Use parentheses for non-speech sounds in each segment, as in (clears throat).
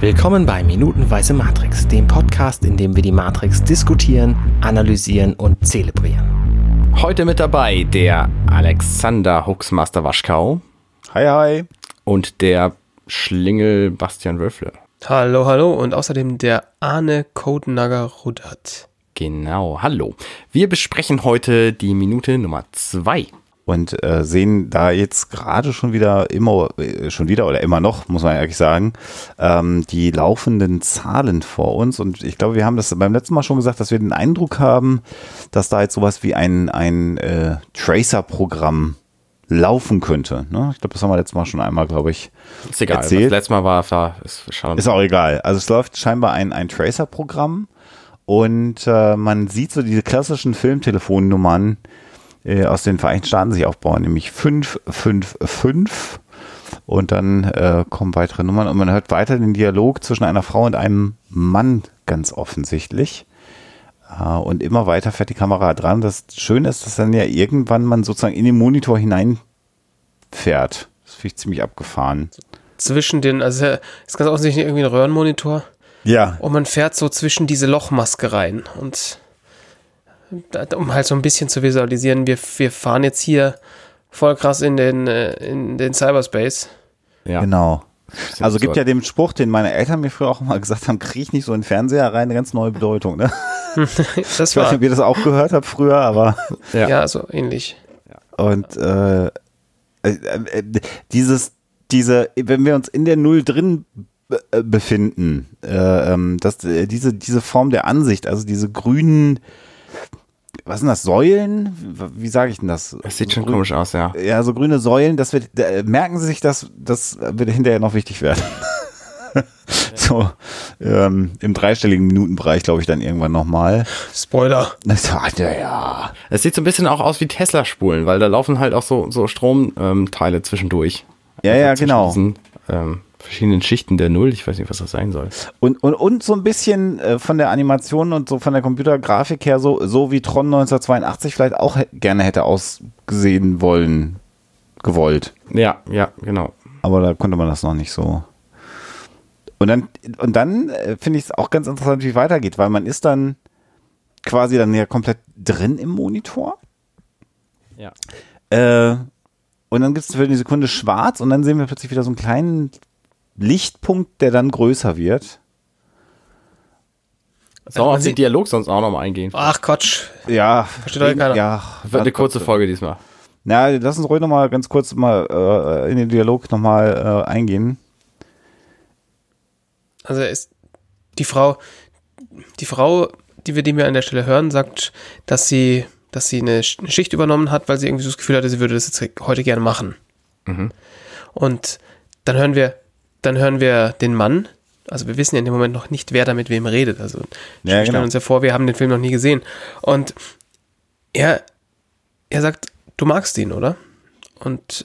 Willkommen bei Minutenweise Matrix, dem Podcast, in dem wir die Matrix diskutieren, analysieren und zelebrieren. Heute mit dabei der Alexander Huxmaster Waschkau Hi, hi. und der Schlingel Bastian Wölfle. Hallo, hallo und außerdem der Arne Codenagger Rudert. Genau, hallo. Wir besprechen heute die Minute Nummer zwei. Und äh, sehen da jetzt gerade schon wieder immer, äh, schon wieder oder immer noch, muss man eigentlich sagen, ähm, die laufenden Zahlen vor uns. Und ich glaube, wir haben das beim letzten Mal schon gesagt, dass wir den Eindruck haben, dass da jetzt sowas wie ein, ein äh, Tracer-Programm laufen könnte. Ne? Ich glaube, das haben wir letztes Mal schon einmal, glaube ich, Ist egal, Erzählt. das letzte Mal war da, ist schade. Ist auch egal. Also es läuft scheinbar ein, ein Tracer-Programm und äh, man sieht so diese klassischen Filmtelefonnummern äh, aus den Vereinigten Staaten sich aufbauen, nämlich 555 und dann äh, kommen weitere Nummern und man hört weiter den Dialog zwischen einer Frau und einem Mann ganz offensichtlich. Äh, Und immer weiter fährt die Kamera dran. Das Schöne ist, dass dann ja irgendwann man sozusagen in den Monitor hineinfährt. Das finde ich ziemlich abgefahren. Zwischen den, also äh, ist ganz offensichtlich irgendwie ein Röhrenmonitor Ja. und man fährt so zwischen diese Lochmaske rein und da- um halt so ein bisschen zu visualisieren, wir, wir fahren jetzt hier voll krass in den, äh, in den Cyberspace. (laughs) Ja. Genau. Also gibt absurd. ja den Spruch, den meine Eltern mir früher auch mal gesagt haben, krieg nicht so in den Fernseher rein, eine ganz neue Bedeutung. Ne? Das Ich weiß nicht, war ob ihr das auch gehört habt früher, aber ja. ja so ähnlich. und äh, äh, äh, dieses, diese, wenn wir uns in der Null drin be- äh, befinden, äh, ähm, dass äh, diese, diese Form der Ansicht, also diese grünen, was sind das, Säulen? Wie, wie sage ich denn das? Das sieht schon komisch aus, ja. Ja, so grüne Säulen, das wird, da, äh, merken Sie sich, dass das wird hinterher noch wichtig werden. so ähm, im dreistelligen Minutenbereich, glaube ich, dann irgendwann nochmal. Spoiler. Ja, ja. Es sieht so ein bisschen auch aus wie Tesla-Spulen, weil da laufen halt auch so, so Stromteile ähm, zwischendurch. Also Ja, ja, genau. Zwischen diesen ähm, verschiedenen Schichten der Null. Ich weiß nicht, was das sein soll. Und, und, und so ein bisschen äh, von der Animation und so von der Computergrafik her, so, so wie Tron 1982 vielleicht auch hä- gerne hätte ausgesehen wollen, gewollt. Ja, ja, genau. aber da konnte man das noch nicht so. Und dann, und dann äh, finde ich es auch ganz interessant, wie es weitergeht, weil man ist dann quasi dann ja komplett drin im Monitor. Ja. Äh, und dann gibt es für eine Sekunde schwarz und dann sehen wir plötzlich wieder so einen kleinen Lichtpunkt, der dann größer wird. Sollen wir auf Also man den sieht- Dialog sonst auch nochmal eingehen? Äh, Ach Quatsch. Ja, Versteht doch keiner. Ja, Wird eine kurze Folge diesmal. Na, lass uns ruhig nochmal ganz kurz mal äh, in den Dialog nochmal äh, eingehen. Also ist die Frau, die Frau, die wir, die wir an der Stelle hören, sagt, dass sie, dass sie eine Sch- eine Schicht übernommen hat, weil sie irgendwie so das Gefühl hatte, sie würde das jetzt heute gerne machen. Mhm. Und dann hören wir, dann hören wir den Mann. Also wir wissen ja in dem Moment noch nicht, wer da mit wem redet. Also wir Ja, stellen genau. uns ja vor, wir haben den Film noch nie gesehen. Und er, er sagt, du magst ihn, oder? Und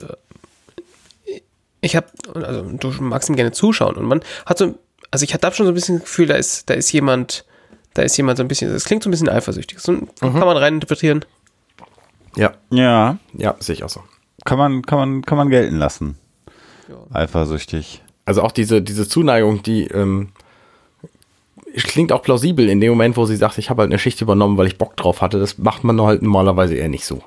äh, ich habe, also du magst ihm gerne zuschauen. Und man hat so, also ich hatte schon so ein bisschen das Gefühl, da ist, da ist jemand, da ist jemand so ein bisschen, das klingt so ein bisschen eifersüchtig. So kann man reininterpretieren. Ja, Ja, ja, sehe ich auch so. kann man, kann man, kann man gelten lassen. Ja. Eifersüchtig. Also auch diese, diese Zuneigung, die ähm, klingt auch plausibel in dem Moment, wo sie sagt, ich habe halt eine Schicht übernommen, weil ich Bock drauf hatte. Das macht man halt normalerweise eher nicht so.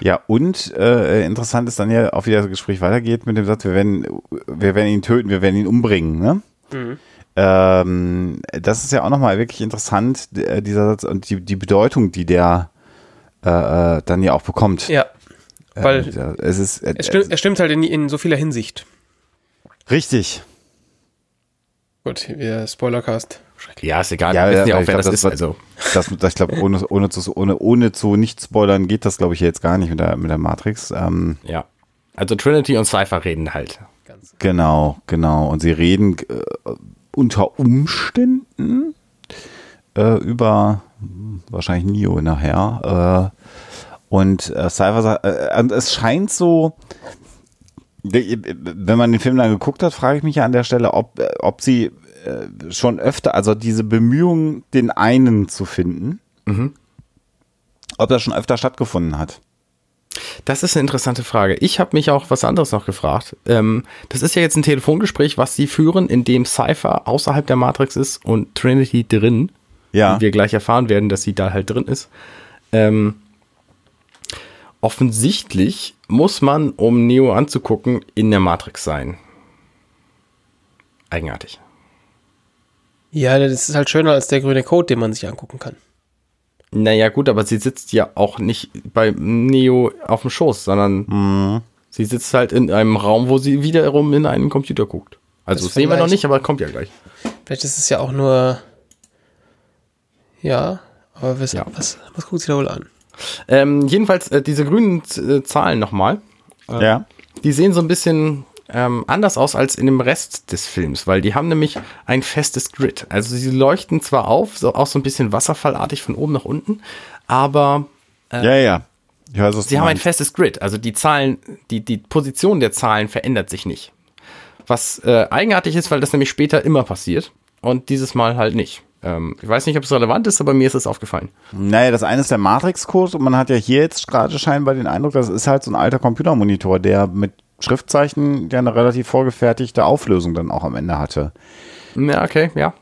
Ja, und äh, interessant ist dann ja auch, wie das Gespräch weitergeht mit dem Satz, wir werden, wir werden ihn töten, wir werden ihn umbringen, ne? Mhm. Ähm, das ist ja auch nochmal wirklich interessant, d- äh, dieser Satz und die, die Bedeutung, die der äh, äh, dann ja auch bekommt. Ja. Weil Ja, es ist äh, es, stimmt, es stimmt halt in, in so vieler Hinsicht. richtig. Gut, wir Spoilercast. Ja, ist egal. Ja, wir wissen ja aber auch, ich wer glaub, das, das ist. wird- Also, Das, das, ich glaube, ohne, ohne, zu, ohne, ohne zu nicht spoilern geht das, glaube ich, hier jetzt gar nicht mit der, mit der Matrix. Ähm, ja. Also Trinity und Cypher reden halt. Genau, genau. Und sie reden äh, unter Umständen äh, über hm, wahrscheinlich Neo nachher. Äh, und äh, Cypher sagt, äh, und es scheint so, äh, wenn man den Film dann geguckt hat, frage ich mich ja an der Stelle, ob, äh, ob sie äh, schon öfter, also diese Bemühungen, den Mhm. einen zu finden, ob das schon öfter stattgefunden hat. Das ist eine interessante Frage. Ich habe mich auch was anderes noch gefragt. Ähm, das ist ja jetzt ein Telefongespräch, was Sie führen, in dem Cypher außerhalb der Matrix ist und Trinity drin. Ja. Und wir gleich erfahren werden, dass sie da halt drin ist. Ähm, offensichtlich muss man, um Neo anzugucken, in der Matrix sein. Eigenartig. Ja, das ist halt schöner als der grüne Code, den man sich angucken kann. Naja, gut, aber sie sitzt ja auch nicht bei Neo auf dem Schoß, sondern Mhm. sie sitzt halt in einem Raum, wo sie wiederum in einen Computer guckt. Also Das das sehen wir noch vielleicht- nicht, aber kommt ja gleich. Vielleicht ist es ja auch nur. Ja, aber was, Ja. was, was guckt sich da wohl an? Ähm, jedenfalls, äh, diese grünen äh, Zahlen nochmal, Ja. die sehen so ein bisschen ähm, anders aus als in dem Rest des Films, weil die haben nämlich ein festes Grid. Also sie leuchten zwar auf, so, auch so ein bisschen wasserfallartig von oben nach unten, aber Ja, ja. Ich weiß, was Äh, Sie du haben ein meinst. festes Grid, also die Zahlen, die, die Position der Zahlen verändert sich nicht. Was äh, eigenartig ist, weil das nämlich später immer passiert und dieses Mal halt nicht. Ähm, ich weiß nicht, ob es relevant ist, aber mir ist es aufgefallen. Naja, das eine ist der Matrix-Kurs und man hat ja hier jetzt gerade scheinbar den Eindruck, das ist halt so ein alter Computermonitor, der mit Schriftzeichen ja eine relativ vorgefertigte Auflösung dann auch am Ende hatte. Ja, okay, ja.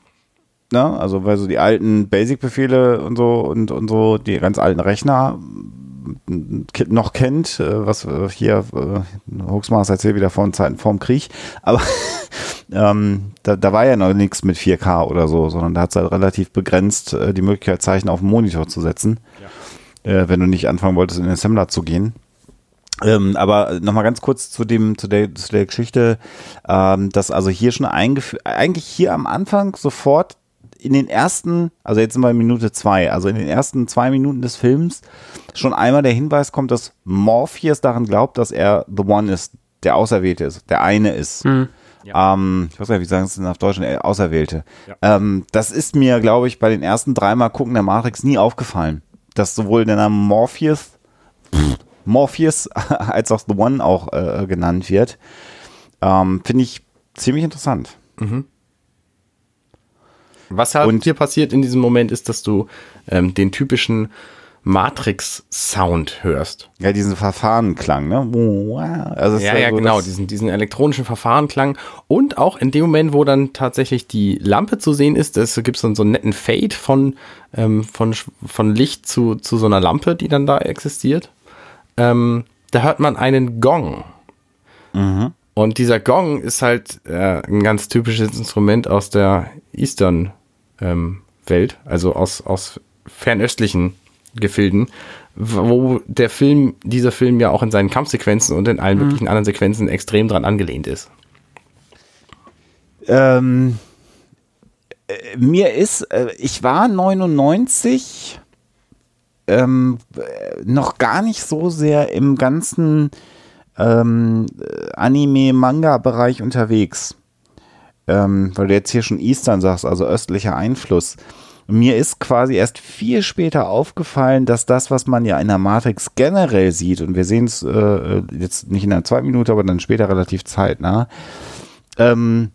Ne? Also weil so die alten Basic-Befehle und so und, und so die ganz alten Rechner m, ki- noch kennt, äh, was äh, hier äh, Hoaxmaß erzählt wieder von Zeiten vorm Krieg, aber (laughs) ähm, da, da war ja noch nichts mit 4K oder so, sondern da hat es halt relativ begrenzt äh, die Möglichkeit, Zeichen auf den Monitor zu setzen, äh, wenn du nicht anfangen wolltest, in den Assembler zu gehen. Ähm, aber nochmal ganz kurz zu dem, zu der, zu der Geschichte, ähm, dass also hier schon eingef eigentlich hier am Anfang sofort in den ersten, also jetzt sind wir in Minute zwei, also in den ersten zwei Minuten des Films schon einmal der Hinweis kommt, dass Morpheus daran glaubt, dass er the one ist, der Auserwählte ist, der eine ist. Ähm, ich weiß gar nicht, wie sagen sie es denn auf Deutsch, der Auserwählte. Ähm, das ist mir, glaube ich, bei den ersten dreimal gucken der Matrix nie aufgefallen, dass sowohl der Name Morpheus Morpheus (laughs) als auch The One auch äh, genannt wird. Ähm, Finde ich ziemlich interessant. Was halt Und- und hier passiert in diesem Moment ist, dass du ähm, den typischen Matrix-Sound hörst. Ja, diesen Verfahrenklang, ne? Also es ist Ja, ja, so, genau, das- diesen, diesen elektronischen Verfahrenklang. Und auch in dem Moment, wo dann tatsächlich die Lampe zu sehen ist, es gibt so einen, so einen netten Fade von, ähm, von, Sch- von Licht zu, zu so einer Lampe, die dann da existiert. Ähm, da hört man einen Gong. Und dieser Gong ist halt äh, ein ganz typisches Instrument aus der Eastern ähm, Welt, also aus, aus fernöstlichen Gefilden, wo der Film, dieser Film ja auch in seinen Kampfsequenzen und in allen Mhm. möglichen anderen Sequenzen extrem dran angelehnt ist. Ähm, äh, mir ist, äh, ich war 99 ähm, äh, noch gar nicht so sehr im ganzen ähm, äh, Anime-Manga-Bereich unterwegs. Ähm, weil du jetzt hier schon Eastern sagst, also östlicher Einfluss. Mir ist quasi erst viel später aufgefallen, dass das, was man ja in der Matrix generell sieht, und wir sehen es äh, jetzt nicht in der zweiten Minute, aber dann später relativ zeitnah, ähm,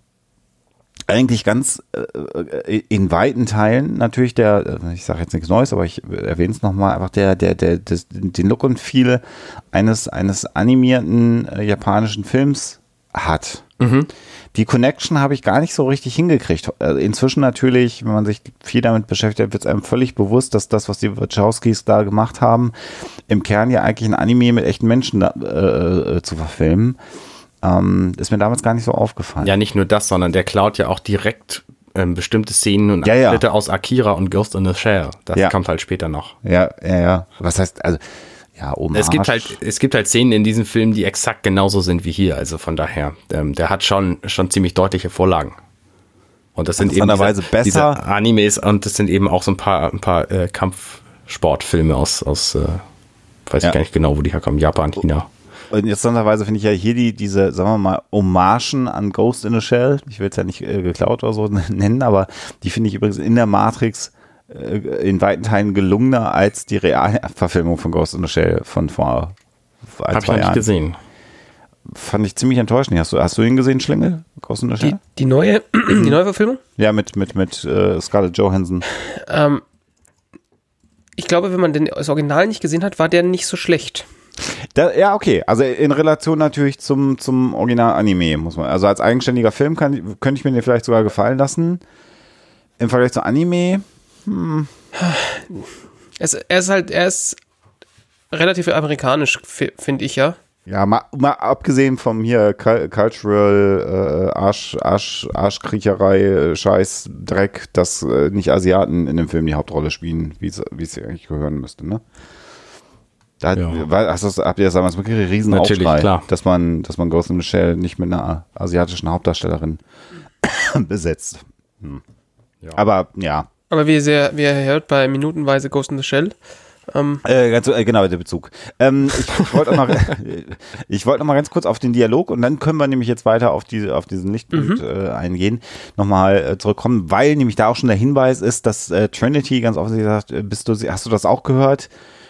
eigentlich ganz äh, in weiten Teilen natürlich der, äh, ich sage jetzt nichts Neues, aber ich erwähne es nochmal, einfach der, der, der, des, den Look und Feel eines, eines animierten äh, japanischen Films hat. Die Connection habe ich gar nicht so richtig hingekriegt. Äh, Inzwischen natürlich, wenn man sich viel damit beschäftigt, wird es einem völlig bewusst, dass das, was die Wachowskis da gemacht haben, im Kern ja eigentlich ein Anime mit echten Menschen da, äh, äh, zu verfilmen. Ähm, ist mir damals gar nicht so aufgefallen. Ja, nicht nur das, sondern der klaut ja auch direkt ähm, bestimmte Szenen und Ja, ja. Abschnitte aus Akira und Ghost in the Shell. Das Ja. kommt halt später noch. Ja, ja, ja. Was heißt, also, ja, Hommage. Es gibt halt, es gibt halt Szenen in diesem Film, die exakt genauso sind wie hier. Also von daher, ähm, der hat schon, schon ziemlich deutliche Vorlagen. Und das sind eben Interessanterweise besser. diese Animes und das sind eben auch so ein paar, ein paar äh, Kampfsportfilme aus, aus äh, weiß Ja. Oh, ich gar nicht genau, wo die herkommen, Japan, China. Und interessanterweise finde ich ja hier die, diese, sagen wir mal, Hommagen an Ghost in a Shell. Ich will es ja nicht äh, geklaut oder so (laughs) nennen, aber die finde ich übrigens in der Matrix äh, in weiten Teilen gelungener als die Realverfilmung von Ghost in a Shell von vor Hab ich ein, noch zwei nicht Jahren. gesehen. Fand ich ziemlich enttäuschend. Hast du, hast du ihn gesehen, Schlingel? Ghost in a Die, Shell? die neue, (clears throat) die neue Verfilmung? Ja, mit, mit, mit äh, Scarlett Johansson. Ähm, ich glaube, wenn man den, das Original nicht gesehen hat, war der nicht so schlecht. Da, ja, okay. Also in Relation natürlich zum, zum Original-Anime, muss man. Also als eigenständiger Film kann, könnte ich mir den vielleicht sogar gefallen lassen. Im Vergleich zu Anime. Es, er ist halt, er ist relativ amerikanisch, fi- finde ich ja. Ja, mal, mal abgesehen vom hier Cul- Cultural äh, Arsch, Arsch, Arschkriecherei, äh, Scheiß, Dreck, dass äh, nicht Asiaten in dem Film die Hauptrolle spielen, wie es wie es ja eigentlich gehören müsste, ne? Da, Ja. weil, hast du, das- habt ihr das damals wirklich einen riesen Natürlich, Aufschrei, klar. dass man, dass man Ghost in the Shell nicht mit einer asiatischen Hauptdarstellerin (coughs) besetzt. Hm. Aber ja, Aber wie, sehr, wie ihr hört, bei Minutenweise Ghost in the Shell. Äh, ganz, äh, genau, der Bezug. Ähm, ich ich wollte noch, mal- (laughs) ich wollte noch mal ganz kurz auf den Dialog und dann können wir nämlich jetzt weiter auf, diese, auf diesen Lichtpunkt äh, eingehen, nochmal äh, zurückkommen, weil nämlich da auch schon der Hinweis ist, dass äh, Trinity ganz offensichtlich sagt, äh, bist du, si- hast du das auch gehört?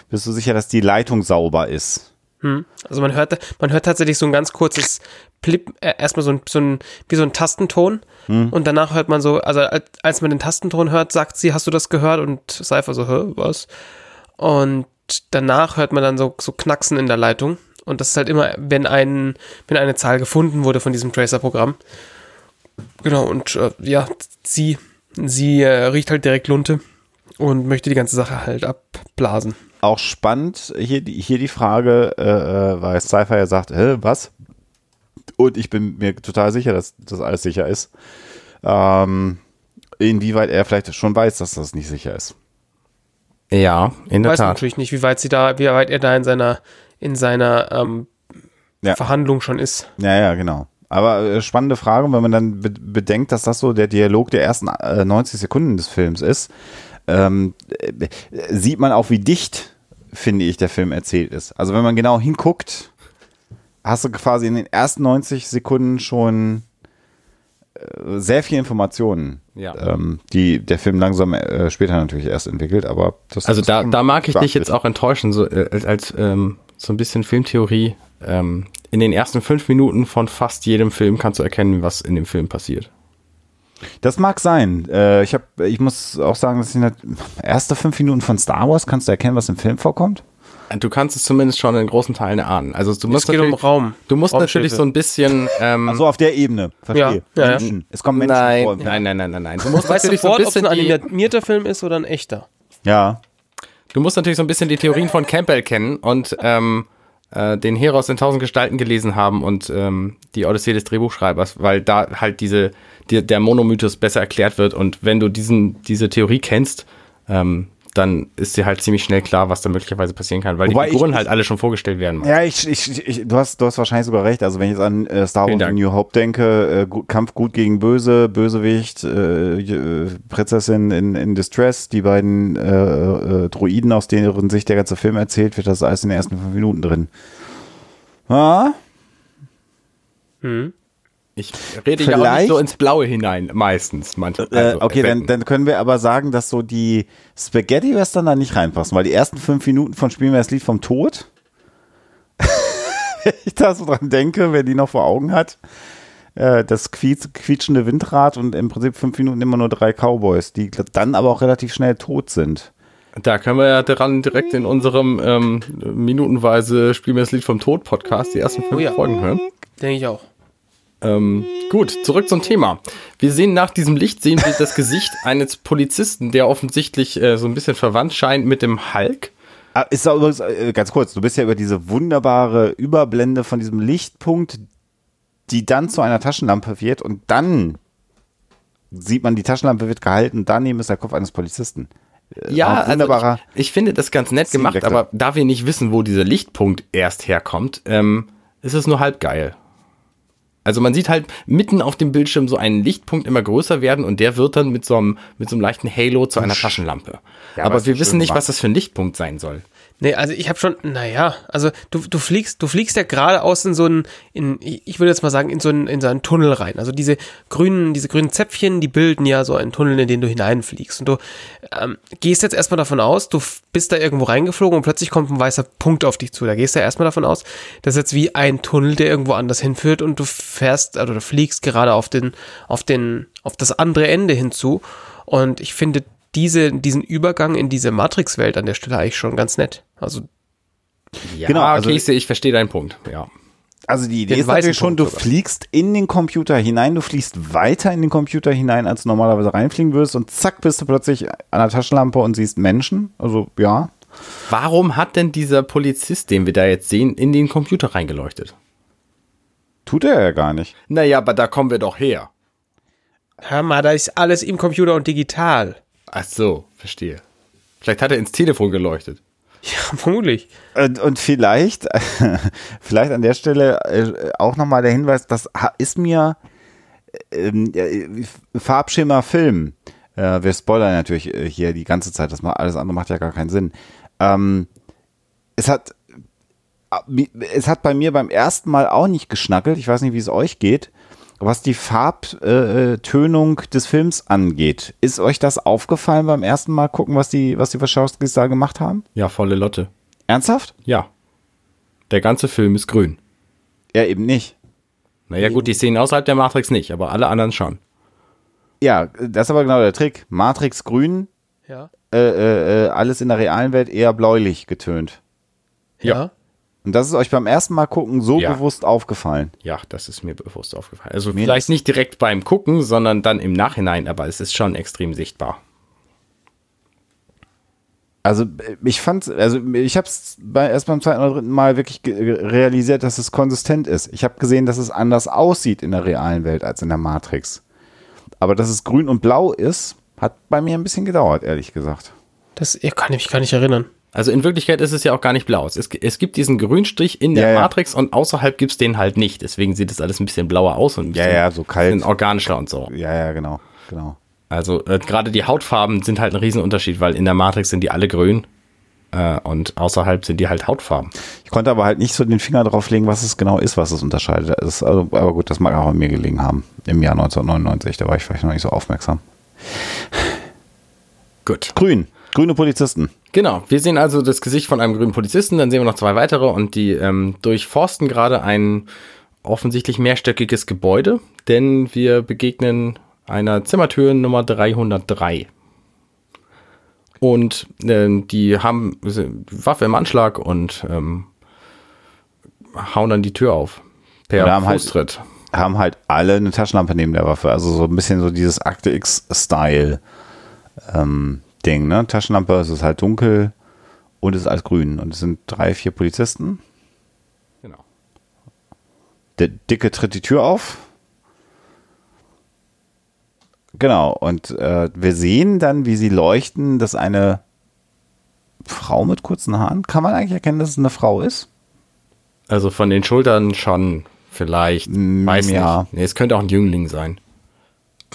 Bist du sicher, dass die Leitung sauber ist? Also man hört, man hört tatsächlich so ein ganz kurzes Plip, äh, erstmal so ein, so ein, wie so ein Tastenton. Und danach hört man so, also als, als man den Tastenton hört, sagt sie, hast du das gehört? Und Cypher so, hä, was? Und danach hört man dann so, so Knacksen in der Leitung. Und das ist halt immer, wenn ein, wenn eine Zahl gefunden wurde von diesem Tracer-Programm. Genau, und äh, ja, sie, sie äh, riecht halt direkt Lunte und möchte die ganze Sache halt abblasen. Auch spannend, hier, die- hier die Frage, äh, äh, weil Cypher ja sagt, Hä, was? Und ich bin mir total sicher, dass das alles sicher ist. Ähm, inwieweit er vielleicht schon weiß, dass das nicht sicher ist. Ja, in der weiß Tat. natürlich nicht, wie weit sie da, wie weit er da in seiner, in seiner ähm, Ja. Verhandlung schon ist. Ja, ja, genau. Aber äh, spannende Frage, wenn man dann be bedenkt, dass das so der Dialog der ersten äh, 90 Sekunden des Films ist, ähm, äh, äh, sieht man auch, wie dicht, finde ich, der Film erzählt ist. Also wenn man genau hinguckt, hast du quasi in den ersten 90 Sekunden schon äh, sehr viel Informationen, Ja. ähm, die der Film langsam äh, später natürlich erst entwickelt, aber das Also ist da, schon da mag ich dich beachtlich. jetzt auch enttäuschen, so, äh, als, als ähm, so ein bisschen Filmtheorie. Ähm, in den ersten fünf Minuten von fast jedem Film kannst du erkennen, was in dem Film passiert. Das mag sein. Äh, ich, hab, ich muss auch sagen, dass in der erste fünf Minuten von Star Wars kannst du erkennen, was im Film vorkommt. Du kannst es zumindest schon in großen Teilen ahnen. Also du musst geht um natürlich, Raum. Du musst Raumschiffe. natürlich so ein bisschen. Ähm, Ach so, auf der Ebene. Verstehe. Ja, ja, ja. Menschen. Es kommen Menschen nein, vor. im Film. nein, nein, nein, nein, nein. Du musst Weißt du natürlich so ein sofort, ob es bisschen ein die, animierter Film ist oder ein echter? Ja. Du musst natürlich so ein bisschen die Theorien von Campbell kennen und ähm, äh, den Heros in tausend Gestalten gelesen haben und ähm, die Odyssee des Drehbuchschreibers, weil da halt diese, die, der Monomythos besser erklärt wird. Und wenn du diesen, diese Theorie kennst, ähm, dann ist dir halt ziemlich schnell klar, was da möglicherweise passieren kann, weil Wobei ich- die Figuren ich- halt alle schon vorgestellt werden. Ja, ich, ich, ich, du, hast, du hast wahrscheinlich sogar recht. Also, wenn ich jetzt an äh, Star Vielen Wars Dank. und New Hope denke, äh, gu- Kampf gut gegen böse, Bösewicht, äh, J- äh, Prinzessin in, in Distress, die beiden äh, äh, Druiden, aus deren Sicht der ganze Film erzählt wird, das ist alles in den ersten fünf Minuten drin. Ah, Ich rede ja auch nicht Vielleicht- so ins Blaue hinein, meistens. Manchmal, Äh, also, okay, dann, selten. dann können wir aber sagen, dass so die Spaghetti-Western da nicht reinpassen, weil die ersten fünf Minuten von Spielen wir das Lied vom Tod. (laughs) Wenn ich da so dran denke, wer die noch vor Augen hat. Äh, Das quietsch, quietschende Windrad und im Prinzip fünf Minuten immer nur drei Cowboys, die dann aber auch relativ schnell tot sind. Da können wir ja daran direkt in unserem ähm, minutenweise Spiel mir das Lied vom Tod Podcast die ersten fünf ja. Folgen hören. Denke ich auch. Ähm, gut, zurück zum Thema. Wir sehen nach diesem Licht, sehen wir das (laughs) Gesicht eines Polizisten, der offensichtlich äh, so ein bisschen verwandt scheint mit dem Hulk. Ah, Ist da übrigens, äh, ganz kurz, du bist ja über diese wunderbare Überblende von diesem Lichtpunkt, die dann zu einer Taschenlampe wird und dann sieht man, die Taschenlampe wird gehalten, daneben ist der Kopf eines Polizisten. Äh, war ein wunderbarer. Also ich, ich finde das ganz nett gemacht, Szenenwechsel. aber da wir nicht wissen, wo dieser Lichtpunkt erst herkommt, ähm, ist es nur halb geil. Also man sieht halt mitten auf dem Bildschirm so einen Lichtpunkt immer größer werden und der wird dann mit so einem, mit so einem leichten Halo zu einer Taschenlampe. aber aber ist wir schön wissen nicht, gemacht. was das für ein Lichtpunkt sein soll. Nee, also ich habe schon, naja, also du, du fliegst, du fliegst ja geradeaus in so einen, in, ich ich würde jetzt mal sagen, in so einen, in so einen Tunnel rein. Also diese grünen, diese grünen Zäpfchen, die bilden ja so einen Tunnel, in den du hineinfliegst. Und du ähm, gehst jetzt erstmal davon aus, du f- bist da irgendwo reingeflogen und plötzlich kommt ein weißer Punkt auf dich zu. Da gehst du ja erstmal davon aus, das ist jetzt wie ein Tunnel, der irgendwo anders hinführt und du fährst, also du fliegst gerade auf den, auf den, auf das andere Ende hinzu. Und ich finde diese, diesen Übergang in diese Matrix-Welt an der Stelle eigentlich schon ganz nett. Also Ja, Genau, also- okay, ich, seh- ich verstehe deinen Punkt. Ja. Also die Idee Den ist natürlich weißen schon, Punkt du sogar. fliegst in den Computer hinein, du fliegst weiter in den Computer hinein, als du normalerweise reinfliegen würdest und zack bist du plötzlich an der Taschenlampe und siehst Menschen. Also ja, Warum hat denn dieser Polizist, den wir da jetzt sehen, in den Computer reingeleuchtet? tut er ja gar nicht. Naja, aber da kommen wir doch her. Hör mal, da ist alles im Computer und digital. Ach so, verstehe. Vielleicht hat er ins Telefon geleuchtet. (laughs) Ja, vermutlich. Und, und vielleicht, (laughs) vielleicht an der Stelle äh, auch nochmal der Hinweis, das ha- ist mir ähm, äh, Farbschema Film. Äh, wir spoilern natürlich äh, hier die ganze Zeit, das mal alles andere macht ja gar keinen Sinn. Ähm, es hat äh, es hat bei mir beim ersten Mal auch nicht geschnackelt. Ich weiß nicht, wie es euch geht. Was die Farbtönung äh, des Films angeht, ist euch das aufgefallen beim ersten Mal gucken, was die, was die Wachowskis da gemacht haben? Ja, volle Lotte. Ernsthaft? Ja. Der ganze Film ist grün. Ja, eben nicht. Naja, gut, die Szenen außerhalb der Matrix nicht, aber alle anderen schon. Ja, das ist aber genau der Trick. Matrix grün, Ja. äh, äh, äh, alles in der realen Welt eher bläulich getönt. Ja. Und das ist euch beim ersten Mal gucken so Ja. bewusst aufgefallen. Ja, das ist mir bewusst aufgefallen. Also Mir vielleicht nicht direkt beim Gucken, sondern dann im Nachhinein, aber es ist schon extrem sichtbar. Also äh, ich fand's, also ich hab's bei, erst beim zweiten oder dritten Mal wirklich ge- ge- realisiert, dass es konsistent ist. Ich habe gesehen, dass es anders aussieht in der realen Welt als in der Matrix. Aber dass es grün und blau ist, hat bei mir ein bisschen gedauert, ehrlich gesagt. Das ich kann ich mich gar nicht erinnern. Also in Wirklichkeit ist es ja auch gar nicht blau. Es, ist- es gibt diesen Grünstrich in der Ja, ja. Matrix und außerhalb gibt's den halt nicht. Deswegen sieht es alles ein bisschen blauer aus und ein bisschen, ja, so kalt. bisschen organischer und so. Ja, ja, genau, genau. Also äh, gerade die Hautfarben sind halt ein Riesenunterschied, weil in der Matrix sind die alle grün äh, und außerhalb sind die halt Hautfarben. Ich konnte aber halt nicht so den Finger drauf legen, was es genau ist, was es unterscheidet. Das ist also, aber gut, das mag auch an mir gelegen haben. Im Jahr 1999, da war ich vielleicht noch nicht so aufmerksam. Gut. Grün, grüne Polizisten. Genau, wir sehen also das Gesicht von einem grünen Polizisten, dann sehen wir noch zwei weitere und die ähm, durchforsten gerade ein offensichtlich mehrstöckiges Gebäude, denn wir begegnen einer Zimmertür Nummer 303. Und ähm, die haben äh, Waffe im Anschlag und ähm, hauen dann die Tür auf. Per Oder haben halt- Fußtritt. Haben halt alle eine Taschenlampe neben der Waffe. Also so ein bisschen so dieses Akte X-Style-Ding, ne? Taschenlampe, es ist halt dunkel und es ist alles grün. Und es sind drei, vier Polizisten. genau. Der Dicke tritt die Tür auf. Genau, und äh, wir sehen dann, wie sie leuchten, dass eine Frau mit kurzen Haaren, kann man eigentlich erkennen, dass es eine Frau ist? Also von den Schultern schon vielleicht. Weiß Mm, ja. nicht. Nee, es könnte auch ein Jüngling sein.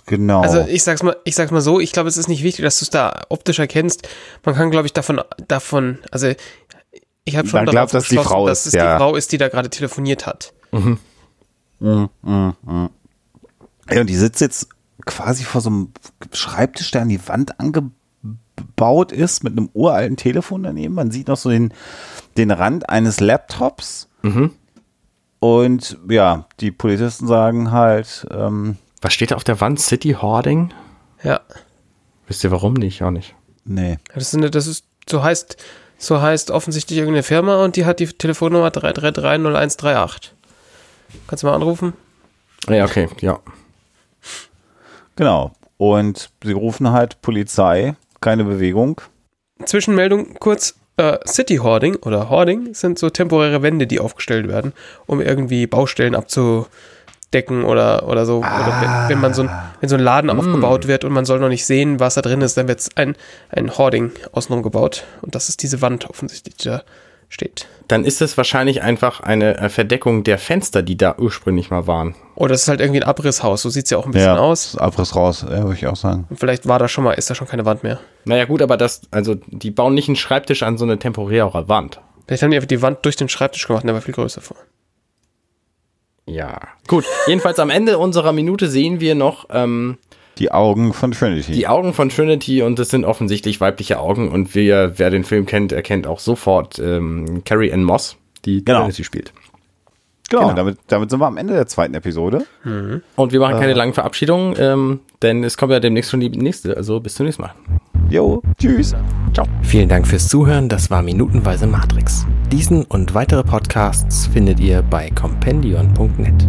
Genau. Also ich sag's mal, ich sag's mal so, ich glaube, es ist nicht wichtig, dass du es da optisch erkennst. Man kann, glaube ich, davon, davon, also ich habe schon Man darauf glaubt, dass die geschlossen, Frau dass ist, es ja. die Frau ist, die da gerade telefoniert hat. Ey, und die sitzt jetzt quasi vor so einem Schreibtisch, der an die Wand angebaut ist, mit einem uralten Telefon daneben. Man sieht noch so den, den Rand eines Laptops. Und ja, die Polizisten sagen halt, ähm, Was steht da auf der Wand? City Hoarding? Ja. Wisst ihr warum nicht? Auch nicht. nee. Das ist, eine, das ist so heißt, so heißt offensichtlich irgendeine Firma und die hat die Telefonnummer 3330138. Kannst du mal anrufen? Ja, okay, ja. Genau. Und sie rufen halt Polizei, keine Bewegung. Zwischenmeldung kurz. Äh, City Hoarding oder Hoarding sind so temporäre Wände, die aufgestellt werden, um irgendwie Baustellen abzudecken oder, oder so. Oder wenn, wenn man so ein, wenn so ein Laden aufgebaut wird und man soll noch nicht sehen, was da drin ist, dann wird ein, ein Hoarding außenrum gebaut. Und das ist diese Wand offensichtlich, die da steht. Dann ist es wahrscheinlich einfach eine äh, Verdeckung der Fenster, die da ursprünglich mal waren. Oder es ist halt irgendwie ein Abrisshaus, so sieht es ja auch ein bisschen aus. Abriss raus, ja, würde ich auch sagen. Und vielleicht war da schon mal, ist da schon keine Wand mehr. Naja, gut, aber das, also, die bauen nicht einen Schreibtisch an so eine temporäre Wand. Vielleicht haben die einfach die Wand durch den Schreibtisch gemacht und der war viel größer vor. Ja. Gut, jedenfalls am Ende unserer Minute sehen wir noch ähm, Die Augen von Trinity. die Augen von Trinity und es sind offensichtlich weibliche Augen und wer, wer den Film kennt, erkennt auch sofort ähm, Carrie Ann Moss, die Genau. Trinity spielt. genau, genau. Damit, damit sind wir am Ende der zweiten Episode. Und wir machen keine langen Verabschiedungen, ähm, denn es kommt ja demnächst schon die nächste. Also bis zum nächsten Mal. Jo, tschüss. Vielen Dank fürs Zuhören, das war Minutenweise Matrix. Diesen und weitere Podcasts findet ihr bei compendion.net.